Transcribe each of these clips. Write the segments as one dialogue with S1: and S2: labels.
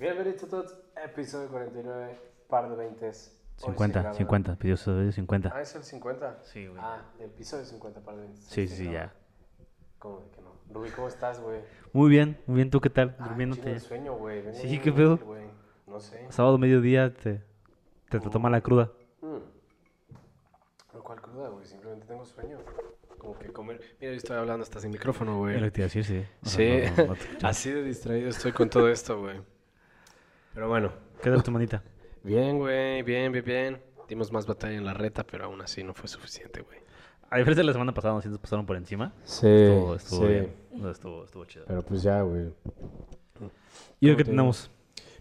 S1: Everett Totots, episodio 49, par de 20. Hoy sí
S2: 50,
S1: graba.
S2: 50, pidió su de 50.
S1: Ah, es el 50.
S2: Sí, güey.
S1: Ah, del episodio 50, par de 20.
S2: Sí, sí, sí, ya.
S1: ¿Cómo de que no? Rubí, ¿cómo estás, güey?
S2: Muy bien, muy bien, ¿tú qué tal?
S1: Ah,
S2: Durmiéndote.
S1: chingo de sueño, güey. Vengo
S2: Sí,
S1: bien
S2: ¿qué pedo?
S1: útil, güey. No sé.
S2: Sábado mediodía te, te, te
S1: Oh.
S2: toma la cruda.
S1: Mm. Lo cual Hmm. cruda, güey. Simplemente tengo sueño. Como que comer. Mira, yo estoy hablando hasta sin micrófono,
S2: Es lo
S1: güey.
S2: que te iba a decir, sí. O
S1: Sí.
S2: sea, no- no- no te escuchaba.
S1: Así de distraído estoy con todo esto, güey. Pero bueno.
S2: ¿Qué tal tu manita?
S1: Bien, güey. Bien, bien, bien. Dimos más batalla en la reta, pero aún así no fue suficiente, güey.
S2: A diferencia de la semana pasada, nos nos pasaron por encima.
S1: Sí.
S2: Estuvo, estuvo bien. No, estuvo, estuvo chido.
S1: Pero pues ya, güey.
S2: ¿Y hoy
S1: ¿cómo
S2: qué
S1: te
S2: tenemos?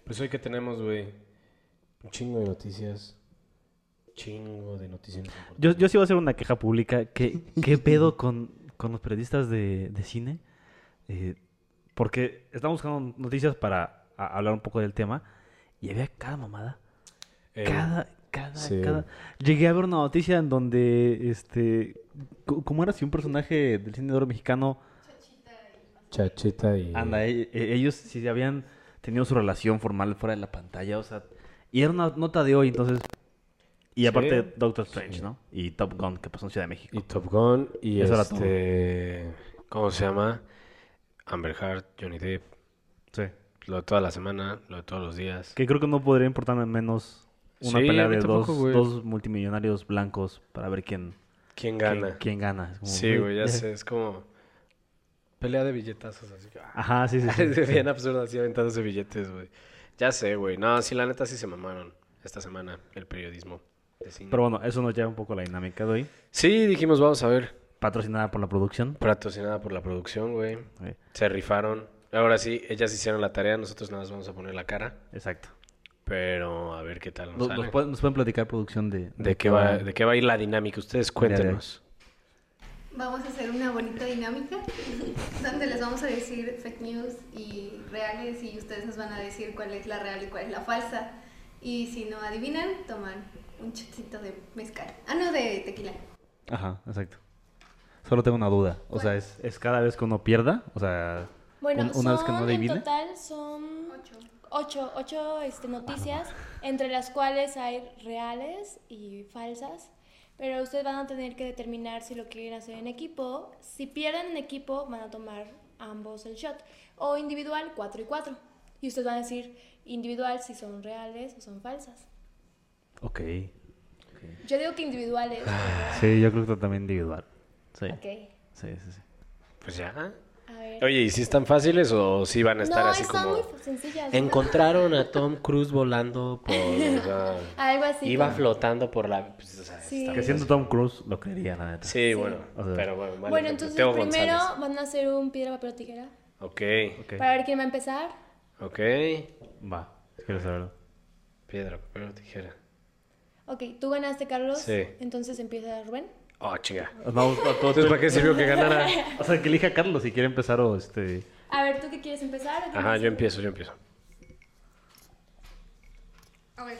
S1: Pues hoy que tenemos, güey. Un chingo de noticias. Chingo de noticias.
S2: Yo, yo sí voy a hacer una queja pública. ¿Qué, qué pedo con, con los periodistas de, de cine? Eh, porque estamos buscando noticias para a- hablar un poco del tema. Y había cada mamada.
S1: Eh,
S2: Cada, cada,
S1: sí.
S2: cada. Llegué a ver una noticia en donde, este, co- ¿cómo era si un personaje del cine de oro mexicano,
S1: Chachita y.
S2: anda, e- e- ellos si habían tenido su relación formal fuera de la pantalla, o sea, y era una nota de hoy, entonces, y aparte
S1: Sí.
S2: Doctor Strange, ¿no? Y Top Gun, que pasó en Ciudad de México.
S1: Y Top Gun y
S2: Eso era todo.
S1: este... ¿Cómo se llama? Amber Heard, Johnny Depp.
S2: Sí.
S1: Lo de toda la semana, lo de todos los días.
S2: Que creo que no podría importarme menos una
S1: Sí, a
S2: pelea
S1: mí
S2: de
S1: tampoco,
S2: dos,
S1: güey.
S2: dos multimillonarios blancos para ver quién
S1: ¿Quién
S2: quién-
S1: gana?
S2: Quién, gana. Es como,
S1: Sí, güey, ya
S2: eh,
S1: sé. Es como... Pelea de billetazos. Así que... ah,
S2: Ajá, sí, sí. sí, sí.
S1: es bien absurdo así aventándose billetes, güey. Ya sé, güey. No, sí, la neta sí se mamaron esta semana el periodismo de cine.
S2: Pero bueno, eso nos lleva un poco a la dinámica de hoy.
S1: Sí, dijimos, vamos a ver.
S2: patrocinada por la producción.
S1: Patrocinada por la producción, güey.
S2: Ok,
S1: Se rifaron. Ahora sí, ellas hicieron la tarea. Nosotros nada más vamos a poner la cara.
S2: Exacto.
S1: Pero a ver qué tal nos Ah.
S2: Nos,
S1: sale.
S2: nos pueden, nos pueden platicar producción de...
S1: ¿De qué, va, ¿De qué va a ir la dinámica? Ustedes cuéntenos.
S3: Vamos a hacer una bonita dinámica donde les vamos a decir fake news y reales y ustedes nos van a decir cuál es la real y cuál es la falsa. Y si no adivinan, toman un chutito de mezcal. Ah, no, de tequila.
S2: Ajá, exacto. Solo tengo una duda. O sea, es, es cada vez que uno pierda. O sea,
S4: Bueno,
S2: un- una vez que
S4: son,
S2: no
S4: en
S2: adivine.
S4: total son
S3: Ocho.
S4: ocho, ocho, este, noticias, entre las cuales hay reales y falsas, pero ustedes van a tener que determinar si lo quieren hacer en equipo. Si pierden en equipo, van a tomar ambos el shot, o individual, cuatro y cuatro. Y ustedes van a decir individual si son reales o son falsas.
S2: Ok.
S4: Yo digo que individuales.
S1: Ah,
S4: pero-
S2: Sí, yo creo que también individual. Sí.
S4: Ok.
S2: Sí, sí, sí.
S1: Pues ya.
S4: A ver.
S1: Oye, ¿y si están fáciles o si van a estar
S4: no,
S1: así
S4: están
S1: como...
S4: muy sencillas.
S1: Encontraron a Tom Cruise volando por... o sea,
S4: Algo así.
S1: iba
S4: como-
S1: flotando por la... pues, o sea,
S4: Sí.
S1: está
S2: Que
S1: muy
S2: siendo
S1: fácil.
S2: Tom Cruise, lo creería, la neta.
S1: Sí, bueno.
S2: O sea-
S1: Pero bueno, vale,
S4: bueno,
S1: ejemplo,
S4: entonces
S1: Teo
S4: primero
S1: González.
S4: van a hacer un piedra, papel o tijera.
S1: Ok,
S2: Ok.
S4: Para ver quién va a empezar.
S1: ok.
S2: Va, quiero saberlo.
S1: Piedra, papel o tijera.
S4: Ok, tú ganaste, Carlos.
S1: Sí.
S4: Entonces empieza Rubén.
S1: Oh, chinga.
S2: No, a todos-
S1: Entonces, ¿para qué sirvió que ganara?
S2: o sea, que elija Carlos si quiere empezar o este...
S4: A ver, ¿tú qué quieres empezar? o qué
S1: Ajá,
S4: quieres?
S1: yo empiezo, yo empiezo.
S3: A ver,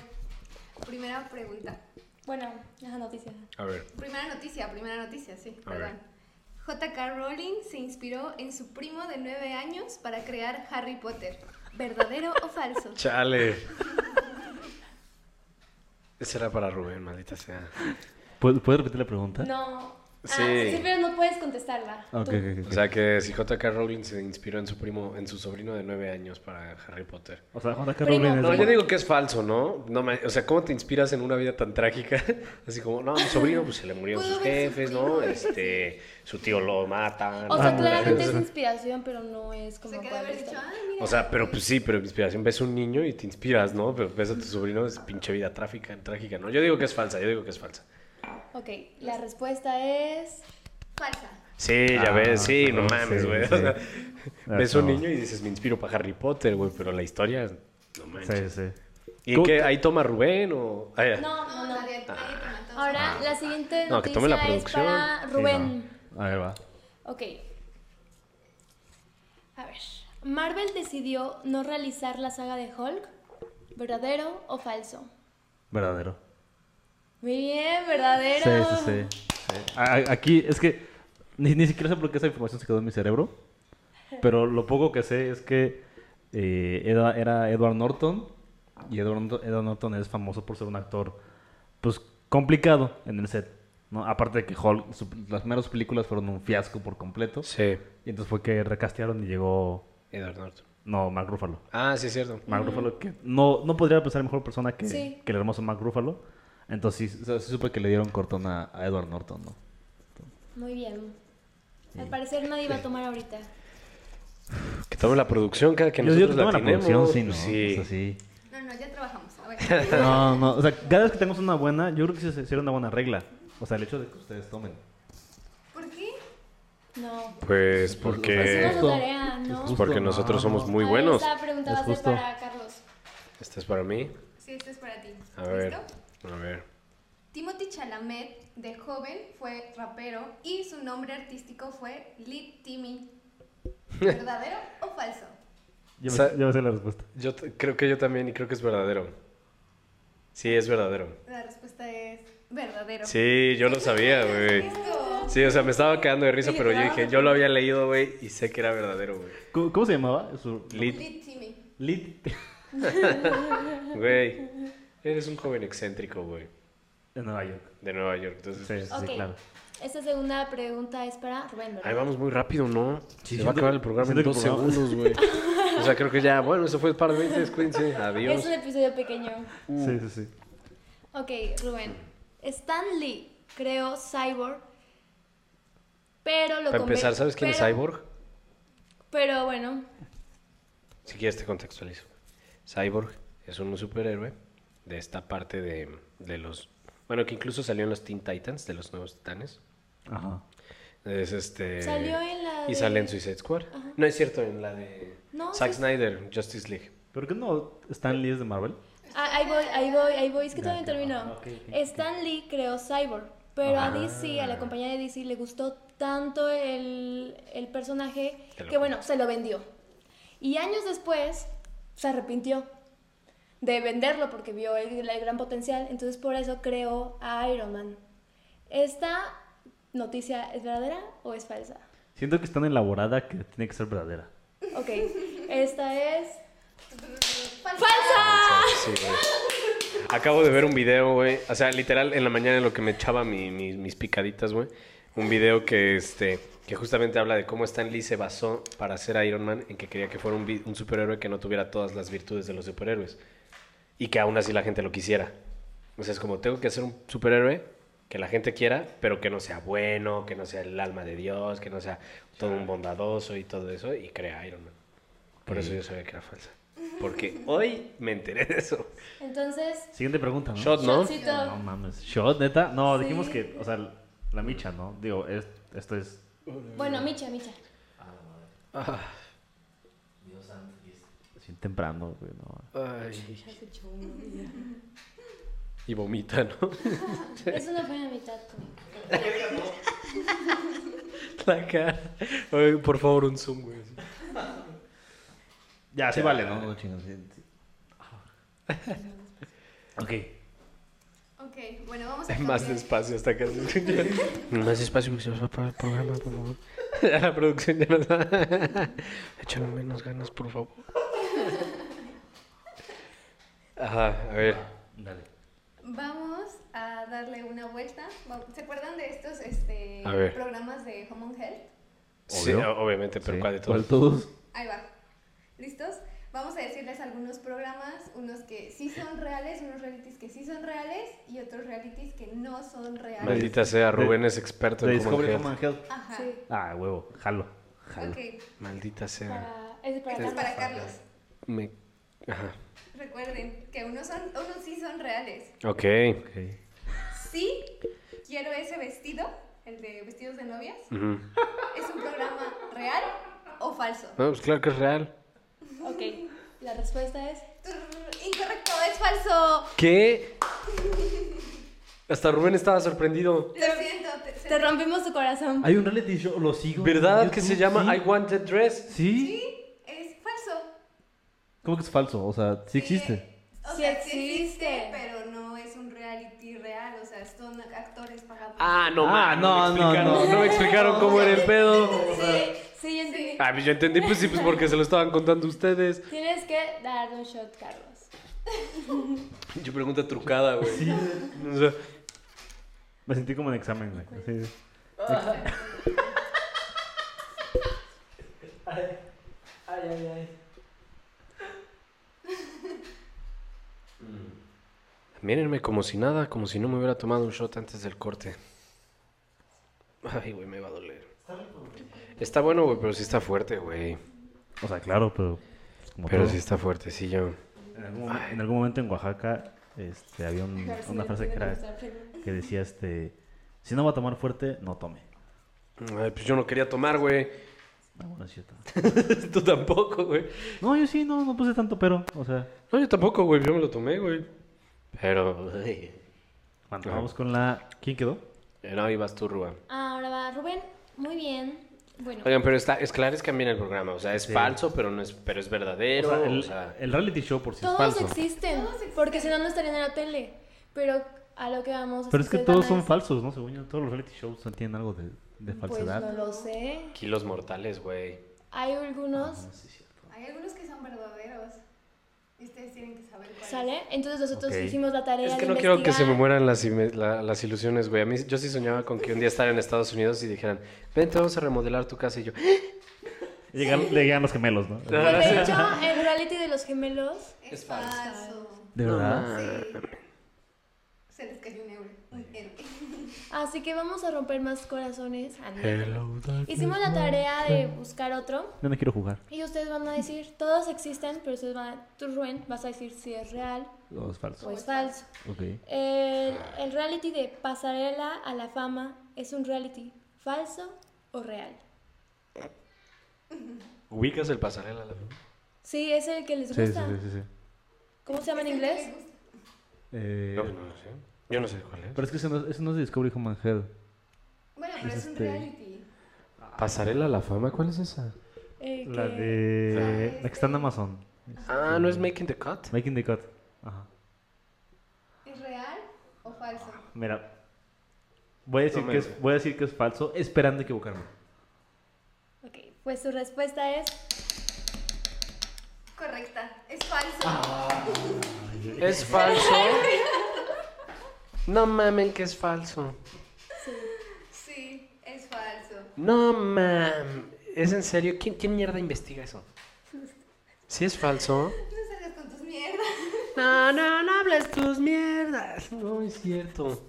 S3: primera pregunta.
S1: em-
S4: Bueno, las noticias.
S1: A ver.
S3: Primera noticia, primera noticia, sí,
S1: A ver.
S3: perdón. J.K. Rowling se inspiró en su primo de 9 años para crear Harry Potter. ¿Verdadero o falso?
S1: Chale. Ese era para Rubén, maldita sea.
S2: ¿Puedes puedes repetir la pregunta?
S4: No.
S1: Sí.
S4: Ah, sí, pero no puedes contestarla.
S2: Ok,
S4: Tú.
S2: ok, ok.
S1: O sea que si J.K. Rowling se inspiró en su primo, en su sobrino de nueve años para Harry Potter.
S2: O sea, J.K.
S4: Primo.
S2: Rowling es
S1: No,
S2: de-
S1: yo digo que es falso, ¿no? no me- o sea, ¿cómo te inspiras en una vida tan trágica? Así como, no, mi sobrino pues se le murieron sus
S3: Pudo haber
S1: jefes,
S3: sufrido.
S1: ¿no? Este, su tío lo mata.
S4: O
S1: ¿no?
S2: Ah,
S4: sea, claramente es inspiración, pero no es como
S3: Se quedó
S4: cuál
S3: haber dicho,
S4: está.
S3: ah, mira.
S1: O sea, pero pues sí, pero inspiración, ves a un niño y te inspiras, ¿no? Pero ves a tu sobrino, es pinche vida trágica, trágica, ¿no? Yo digo que es falsa, yo digo que es falsa.
S3: ¿eh?
S4: Ok, la respuesta es...
S3: Falsa.
S1: Sí, ya
S2: Ah,
S1: ves, sí, no
S2: sí,
S1: mames,
S2: sí.
S1: güey. O sea,
S2: Ah,
S1: ves un
S2: no.
S1: niño y dices, me inspiro para Harry Potter, güey, pero la historia, no
S2: Sí,
S1: manches.
S2: sí.
S1: ¿Y
S2: ¿Cómo-
S1: qué? ¿Ahí toma Rubén o...? Ah, ya.
S4: No,
S3: No,
S4: no, no.
S3: nadie- nadie te mató.
S4: Ahora, la siguiente noticia
S1: No, que tome la
S4: es
S1: producción.
S4: para
S2: Sí,
S4: Rubén.
S2: no. A ver, va.
S4: Ok. A ver. Marvel decidió no realizar la saga de Hulk. ¿Verdadero o falso?
S2: Verdadero.
S4: Muy bien, verdadero.
S2: Sí, sí, sí. Sí. A- a- Aquí es que ni, ni siquiera sé por qué esa información se quedó en mi cerebro. Pero lo poco que sé es que eh, era, era Edward Norton. Y Edward, Norton- Edward Norton es famoso por ser un actor, pues, complicado en el set. ¿no? Aparte de que Hulk, su- las primeras películas fueron un fiasco por completo.
S1: Sí,
S2: Y entonces fue que recastearon y llegó,
S1: Edward Norton.
S2: no, Mark Ruffalo.
S1: Ah, sí, es cierto.
S2: Mark Ruffalo, que no, no podría pensar mejor persona que,
S4: Sí.
S2: que el hermoso Mark Ruffalo. Entonces sí, o sea, sí supe que le dieron cortón a, a Edward Norton, ¿no?
S4: Muy bien. Al parecer nadie va a tomar ahorita.
S1: Que tome la producción cada que
S2: Yo digo
S1: nosotros
S2: que
S1: la
S2: toma la
S1: tenemos.
S2: producción, sí, ¿no?
S1: Sí.
S2: O sea, sí.
S3: No, no, ya trabajamos. A ver.
S2: No, no, o sea, cada vez que tenemos una buena, yo creo que sí se hicieron una buena regla. O sea, el hecho de que ustedes tomen.
S3: ¿Por qué?
S4: No.
S1: Pues
S2: Eh,
S4: Pues
S1: porque...
S4: no, tarea, ¿no?
S1: Pues pues. porque nosotros somos muy
S4: A ver,
S1: buenos.
S4: Esta pregunta va a
S2: Es
S4: ser
S2: justo.
S4: para Carlos.
S1: Esta es para mí.
S3: Sí, esto es para ti.
S1: A ver.
S3: ¿Listo?
S1: A ver.
S3: Timothy Chalamet, de joven, fue rapero y su nombre artístico fue Lit Timmy. ¿Verdadero o falso?
S2: Yo
S1: O sea-
S2: me, yo me sé la respuesta.
S1: Yo t- creo que yo también y creo que es verdadero. Sí, es verdadero.
S3: La respuesta es verdadero.
S1: Sí, yo lo sabía, güey.
S3: Listo.
S1: Sí, o sea, me estaba cagando de risa, pero yo dije, yo lo había leído, güey, y sé que era verdadero, güey.
S2: ¿Cómo, cómo se llamaba? Su...
S1: Lit,
S3: Lit Timmy.
S2: Lit.
S1: güey. Eres un joven excéntrico, güey,
S2: De Nueva York.
S1: de Nueva York. Entonces,
S2: Sí, sí,
S4: Ok.
S2: claro.
S4: Esta segunda pregunta es para Rubén, ¿verdad?
S1: ahí vamos muy rápido, ¿no?
S2: Sí,
S1: Se va a
S2: siento-
S1: acabar el programa en
S2: siento que
S1: dos
S2: el programa-
S1: segundos, güey. O sea, creo que ya, bueno, eso fue para 20, cuídense,
S4: Es
S1: adiós.
S4: un episodio pequeño.
S2: Sí, sí, sí.
S4: Ok, Rubén. Stan Lee creó Cyborg, pero lo
S1: Para
S4: conver-
S1: empezar, ¿sabes quién es
S4: pero-
S1: Cyborg?
S4: Pero bueno,
S1: Si quieres te contextualizo. Cyborg es un superhéroe de esta parte de, de los... Bueno, que incluso salió en los Teen Titans, de los nuevos titanes.
S2: Ajá.
S1: Es este...
S4: Salió en la
S1: Y
S4: de-
S1: sale en Suicide Squad. No es cierto, en la de...
S4: No,
S1: Zack
S4: sí-
S1: Snyder, Justice League.
S2: ¿Pero qué no Stan Lee es de Marvel?
S4: Ah, ahí voy, ahí voy, ahí voy, es que
S2: Ya,
S4: todavía
S2: ya,
S4: terminó.
S2: ah, ok, ok,
S4: Stan Lee creó Cyborg, pero
S1: Ah.
S4: a DC, a la compañía de DC, le gustó tanto el, el personaje
S1: Que lo
S4: que, bueno, se lo vendió. Y años después se arrepintió de venderlo porque vio el, el gran potencial, entonces por eso creó a Iron Man. ¿Esta noticia es verdadera o es falsa?
S2: Siento que es tan elaborada que tiene que ser verdadera.
S4: Ok, esta es...
S3: Falso.
S1: Sí, güey. Acabo de ver un video, güey. O sea, literal, en la mañana en lo que me echaba mi- mi- mis picaditas, güey. Un video que, este, que justamente habla de cómo Stan Lee se basó para hacer Iron Man en que quería que fuera un, vi- un superhéroe que no tuviera todas las virtudes de los superhéroes. Y que aún así la gente lo quisiera. O sea, es como, tengo que hacer un superhéroe que la gente quiera, pero que no sea bueno, que no sea el alma de Dios, que no sea todo un bondadoso y todo eso. Y crea Iron Man. Por eso yo sabía que era falsa. Porque hoy me enteré de eso.
S4: Entonces...
S2: Siguiente pregunta, ¿no?
S1: Shot, ¿no?
S4: Shotcito.
S2: No mames. ¿Shot, neta? No,
S4: Sí.
S2: dijimos que, o sea, la micha, ¿no? Digo, es- esto es...
S4: Bueno, Micha, Micha.
S2: Sí, temprano, güey, no.
S1: Y vomita, ¿no?
S4: Eso no fue la mitad. cómica.
S1: La cara. Oye, por favor, un zoom, güey.
S2: Ya, sí vale, ¿no? No, chingas, sí, sí. Ok.
S3: Ok, bueno, vamos a
S1: Más
S3: cambiar.
S1: despacio hasta que se escuche. Más despacio que se va para el programa, por favor. Ya la producción ya nos da. Échame menos ganas, por favor. Ajá, a ver.
S2: Dale.
S3: Vamos a darle una vuelta. Va- ¿Se acuerdan de estos este,
S1: A ver.
S3: programas de Home and Health?
S1: Sí,
S2: Obvio.
S1: obviamente, pero
S2: Sí.
S1: ¿cuál de todos?
S3: Ahí va. ¿Listos? Vamos a decirles algunos programas, unos que sí son reales, unos realities que sí son reales y otros realities que no son reales.
S1: Maldita sea, Rubén es experto
S2: De
S1: en Human
S2: Discovery
S1: Health.
S2: Human Health.
S3: Ajá.
S4: Sí.
S2: Ah, huevo. Jalo. Jalo.
S3: Ok,
S1: Maldita sea.
S4: Para, es de
S3: este
S4: para
S3: es
S4: Carlos.
S3: para Carlos.
S1: Me... Ajá.
S3: Recuerden que unos, son, unos sí son reales.
S1: Ok.
S2: Ok.
S3: Sí, quiero ese vestido, el de vestidos de novias.
S1: Ujú.
S3: ¿Es un programa real o falso?
S1: No, pues claro que es real.
S4: Ok, la respuesta es...
S3: Turr, Incorrecto, es falso.
S1: ¿Qué? Hasta Rubén estaba sorprendido.
S3: Lo siento, te, se-
S4: Te rompimos tu corazón.
S2: Hay un reality show, lo sigo. en
S1: ¿Verdad que
S2: YouTube,
S1: se llama
S2: sí.
S1: I Want That Dress?
S2: ¿Sí?
S3: sí, es falso.
S2: ¿Cómo que es falso? O sea, sí existe.
S3: Eh, o
S4: Sí
S3: sea, sí
S4: existe.
S3: existe, pero no es un reality real, o sea, son actores pagados.
S1: Ah, no,
S2: Ah,
S1: ma,
S2: no,
S1: me
S2: no,
S1: explicaron-
S2: no.
S1: me explicaron cómo era el pedo.
S4: Sí, sí, yo entendí.
S1: Ah, pues yo entendí, pues sí, pues porque se lo estaban contando ustedes.
S4: Tienes que darle un shot, Carlos.
S1: Yo pregunta trucada, güey.
S2: Sí.
S1: O sea,
S2: Me sentí como en examen, güey. así.
S5: Ay, ay, ay. ay.
S1: mírenme como si nada, como si no me hubiera tomado un shot antes del corte. Ay, güey, me va a doler. Está bueno, güey, pero sí está fuerte, güey.
S2: O sea, claro, pero. pues, como
S1: Pero
S2: todo.
S1: sí está fuerte, sí, yo.
S2: En algún, momen- en algún momento en Oaxaca este, había un-
S4: A ver si
S2: una
S4: le
S2: frase que,
S4: pueden
S2: era-
S4: gustar primero.
S2: que decía: este, Si no va a tomar fuerte, no tome.
S1: Ay, pues yo no quería tomar, güey.
S2: Ah, bueno, es cierto.
S1: Tú tampoco, güey.
S2: No, yo sí, no, no puse tanto pero. O sea,
S1: No, yo tampoco, güey. Yo me lo tomé, güey. Pero.
S2: cuando
S1: Ajá.
S2: vamos con la. ¿Quién quedó?
S1: No, ibas tú, Rúa.
S4: Ahora va Rubén. Muy bien. Bueno,
S1: Oigan, pero está, es claro, es cambiar el programa. O sea, es falso, pero no es, pero es verdadero.
S2: O sea,
S1: el,
S2: el, el reality show por sí es
S4: todos
S2: falso.
S4: existen.
S3: Todos existen.
S4: Porque si no, no estarían en la tele. Pero a lo que vamos.
S2: Pero es que
S4: ustedes
S2: todos
S4: van
S2: son
S4: a
S2: falsos, ¿no? Según yo, todos los reality shows tienen algo de, de
S4: decir,
S2: falsedad.
S4: Pues no lo sé.
S1: kilos mortales, güey.
S4: Hay algunos.
S2: Ah, No, sí es cierto.
S3: Hay algunos que son verdaderos. Y ustedes tienen que saber cuáles.
S4: ¿Sale? Entonces nosotros
S2: Ok.
S4: hicimos la tarea
S1: Es que
S4: de
S1: no quiero que se me
S4: investigar.
S1: mueran las, ime- la- las ilusiones, güey. A mí, yo sí soñaba con que un día estar en Estados Unidos y dijeran, vente, vamos a remodelar tu casa. Y yo,
S2: Y Llegan, llegan los gemelos, ¿no?
S1: Ajá.
S4: Pues, de hecho, el reality de los gemelos.
S3: Es falso.
S2: De
S1: No
S2: verdad.
S1: mames.
S3: Sí. Se les cayó un euro. Un euro.
S4: Así que vamos a romper más corazones. Ah, no. Hicimos la tarea de buscar otro.
S2: Yo no quiero jugar.
S4: Y ustedes van a decir, todos existen, pero ustedes van, tú Rubén vas a decir si es real
S2: No, es
S4: o
S2: falso.
S4: es falso.
S2: Ok.
S4: El, el reality de Pasarela a la Fama es un reality falso o real.
S1: ubicas el pasarela. la-
S4: Sí, es el que les
S2: Sí, sí,
S4: gusta.
S2: sí, sí. sí.
S4: ¿Cómo se llama en inglés?
S2: Eh,
S1: No, no lo sé. Yo no sé cuál es.
S2: Pero es que eso no, eso no es Discovery Home and Health.
S3: Bueno, pero es un
S2: Este-
S3: reality.
S1: ¿Pasarela a la fama? ¿Cuál es esa?
S4: Eh,
S2: La
S4: que-
S2: de. La que está en Amazon.
S1: Ah, ¿no es Making the Cut?
S2: Making the Cut. Ajá.
S3: ¿Es real o falso?
S2: Mira. Voy a decir,
S1: No
S2: que
S1: me-
S2: es, voy a decir que es falso, esperando equivocarme.
S4: Ok, pues su respuesta es
S3: Correcta. Es falso.
S1: Es falso. No mamen que es falso.
S3: Sí, es falso.
S1: No mamen. ¿Es en serio? ¿Quién, quién mierda investiga eso? Si es falso.
S3: No salgas con tus mierdas.
S1: No, no, no hables tus mierdas. No es cierto.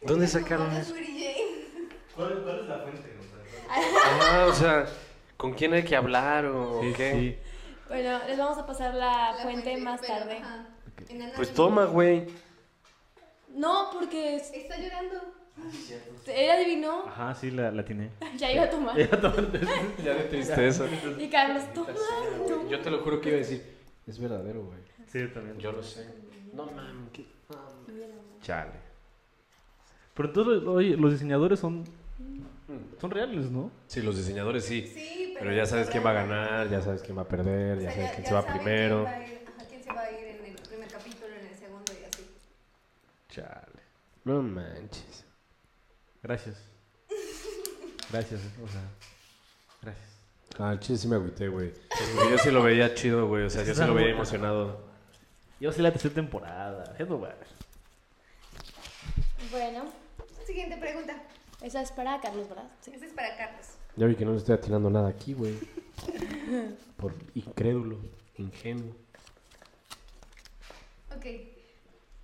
S1: ¿Dónde sacaron
S3: Como
S1: eso?
S3: Yuri Jane.
S2: ¿Cuál, es la fuente?
S1: Ah, o sea, ¿con quién hay que hablar o
S2: sí,
S1: qué?
S2: sí.
S4: Bueno, les vamos a pasar la,
S3: La
S4: fuente,
S3: fuente,
S4: más
S3: pero,
S4: tarde.
S3: ajá. En anónimo.
S1: Pues toma, güey.
S4: No, porque es-
S3: Está llorando.
S4: él adivinó,
S2: Ajá, sí, la, la tiene.
S4: ya iba a tomar.
S1: Ya de tristeza.
S4: Y Carlos, toma, toma.
S1: Yo te lo juro que iba a decir. Es verdadero, güey.
S2: Sí, también.
S1: Yo lo sé. No mamen. ¿qué?
S2: Chale. Pero entonces, oye, los diseñadores son. Son reales, ¿no?
S1: Sí, los diseñadores sí.
S3: Sí, pero.
S1: Pero ya sabes quién va a ganar, ya sabes quién va a perder,
S3: O sea,
S1: ya sabes
S3: ya-
S1: quién
S3: ya
S1: se va
S3: saben
S1: primero.
S3: Quién va, a ir, ajá, quién se va a ir en el primer capítulo, en el segundo y así.
S2: Chale.
S1: No manches.
S2: Gracias. Gracias, o sea. Gracias.
S1: Ah, el chile sí me agüité, güey. Porque yo sí lo veía chido, güey. O sea, yo sí lo veía emocionado.
S2: Yo sí la tercera temporada. Es lo bueno.
S4: Bueno,
S3: Siguiente pregunta.
S4: esa es para Carlos, ¿verdad? Sí.
S3: Esta es para Carlos.
S1: Ya vi que no le estoy atinando nada aquí, güey. Por incrédulo, ingenuo.
S3: Ok.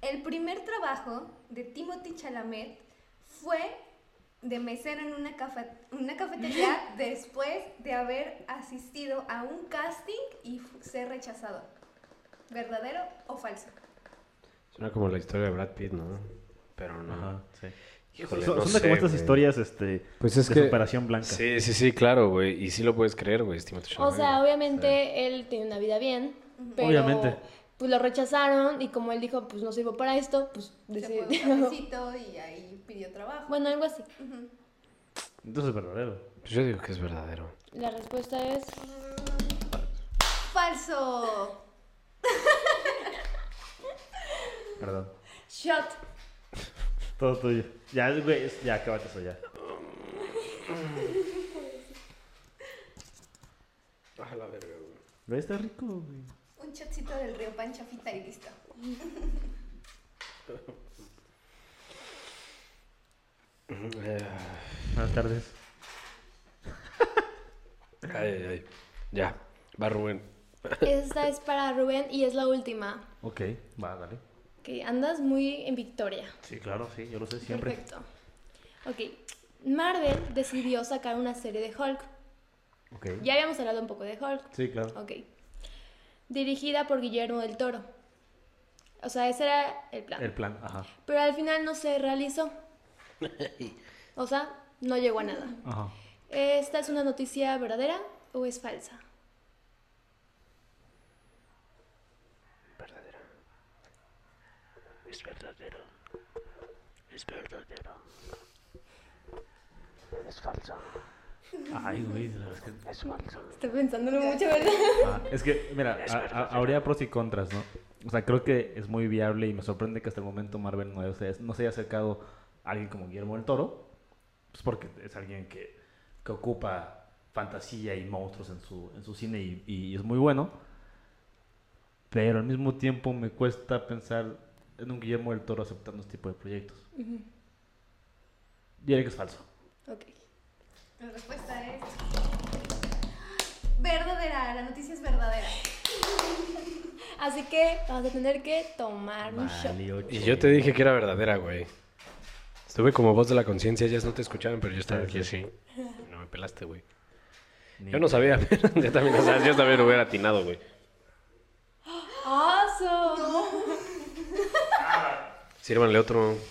S3: El primer trabajo de Timothy Chalamet fue de mesero en una, cafe- una cafetería después de haber asistido a un casting y f- ser rechazado. ¿Verdadero o falso?
S1: Suena como la historia de Brad Pitt, ¿no? Pero no.
S2: Ajá, sí.
S1: Híjole,
S2: son
S1: no
S2: son de
S1: sé,
S2: como estas
S1: güey.
S2: historias este,
S1: Pues es
S2: de
S1: que-
S2: superación blanca.
S1: Sí, sí, sí, claro, güey. Y sí lo puedes creer, güey, estimado
S4: O sea, obviamente él tiene una vida bien, pero
S2: Obviamente.
S4: pues lo rechazaron y como él dijo, pues no sirvo para esto, pues
S3: Se fue a
S4: decidió.
S3: un cafecito y ahí pidió trabajo.
S4: bueno, algo así.
S2: Entonces es verdadero.
S1: Yo digo que es verdadero.
S4: La respuesta es
S3: ¡Falso!
S2: Perdón.
S4: shot.
S2: Todo tuyo. Ya, güey, es- ya, acabate eso ya.
S1: Ah, la verga, güey.
S2: Güey, está rico, güey.
S3: Un chocito del río Pancho Fita y listo.
S1: Ah,
S2: Buenas tardes.
S1: Ay, ay, ay. Ya, va Rubén.
S4: Esta es para Rubén y es la última.
S2: Ok, va, dale.
S4: Que andas muy en victoria.
S2: Sí, claro, sí, yo lo sé siempre.
S4: Perfecto. Ok. Marvel decidió sacar una serie de Hulk.
S2: Ok.
S4: Ya habíamos hablado un poco de Hulk.
S2: Sí, claro.
S4: Ok. Dirigida por Guillermo del Toro. O sea, ese era el plan.
S2: El plan, ajá.
S4: Pero al final no se realizó. O sea, no llegó a nada.
S2: Ajá.
S4: ¿Esta es una noticia verdadera o es falsa?
S1: Es verdadero. Es verdadero. Es falso.
S2: Ay, güey, la verdad es que.
S1: Es falso.
S4: Estoy pensándolo mucho, ¿verdad?
S2: Ah, es que, mira, a- a- habría pros y contras, ¿no? O sea, creo que es muy viable y me sorprende que hasta el momento Marvel no, se- no se haya acercado a alguien como Guillermo del Toro, pues porque es alguien que, que ocupa fantasía y monstruos en su, en su cine y, y es muy bueno, pero al mismo tiempo me cuesta pensar en un Guillermo del Toro aceptando este tipo de proyectos. Diré que es falso.
S4: Ok.
S3: La respuesta es. Verdadera, la noticia es verdadera.
S4: Así que vas a tener que tomar un shot.
S1: Y yo te dije que era verdadera, güey. Estuve como voz de la conciencia, ellas no te escuchaban, pero yo estaba aquí así. No me pelaste, güey. Yo no sabía, pero yo también, o sea, yo también lo hubiera atinado, güey.
S4: ¡Oso!
S1: Sírvanle otro.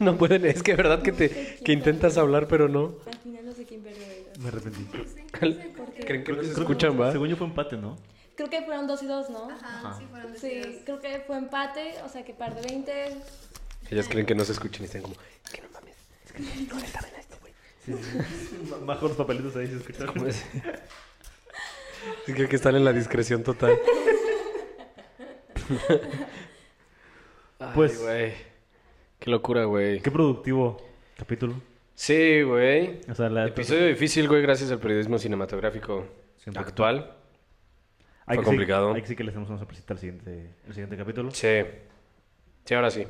S1: No pueden, es que verdad que te que intentas hablar, pero no.
S4: Al final no sé quién perdió. ¿verdad?
S2: Me arrepentí.
S1: Creen que no se escuchan, ¿va?
S2: Según yo fue empate, ¿no?
S4: Creo que fueron dos y dos, ¿no?
S3: Ajá, sí fueron decididos.
S4: Sí, creo que fue empate, o sea que par de 20.
S1: Ellas creen que no se escuchan y están como, que no mames.
S2: Bajo los papelitos ahí se escucha.
S1: ¿Cómo es? Sí, pues, creo que están en la discreción total.
S2: Pues-
S1: Ay, güey. Qué locura, güey.
S2: Qué productivo capítulo.
S1: Sí, güey.
S2: O sea, la
S1: Episodio difícil, güey, gracias al periodismo cinematográfico
S2: 100%.
S1: actual. fue
S2: Hay que sí-
S1: complicado.
S2: hay que sí que le hacemos una sorpresita al siguiente, el siguiente capítulo.
S1: Sí. Sí, ahora sí.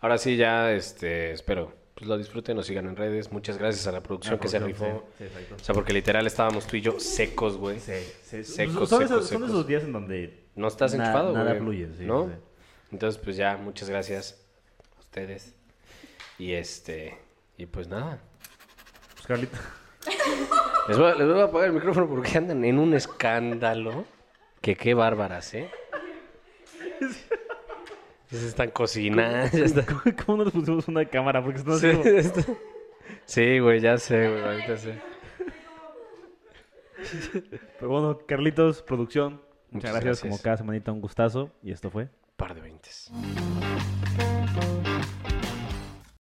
S1: Ahora sí, ya, este, espero. Pues lo disfruten, nos sigan en redes. Muchas gracias a la producción que se rifó.
S2: Ah, Sí, exacto.
S1: O sea, porque literal estábamos tú y yo secos, güey.
S2: Sí, sí.
S1: Secos,
S2: son,
S1: secos,
S2: esos, son
S1: secos.
S2: esos días en donde
S1: No estás
S2: na-
S1: enchufado, güey.
S2: Nada fluye, sí,
S1: ¿No?
S2: sí.
S1: Entonces, pues ya, muchas gracias a ustedes. Y este, y pues nada.
S2: Pues, Carlita,
S1: Les voy, a- les voy a apagar el micrófono porque andan en un escándalo. Que qué bárbaras, ¿eh? Ya se están cocinando. ya están-
S2: ¿cómo no nos pusimos una cámara? Porque estamos
S1: Sí,
S2: así como-
S1: está- sí, güey, ya sé, güey, ahorita sé.
S2: Pero bueno, Carlitos, producción. Muchas
S1: Muchas
S2: gracias, como
S1: gracias.
S2: cada semanita, un gustazo. Y esto fue.
S1: Par de veintes.
S2: Par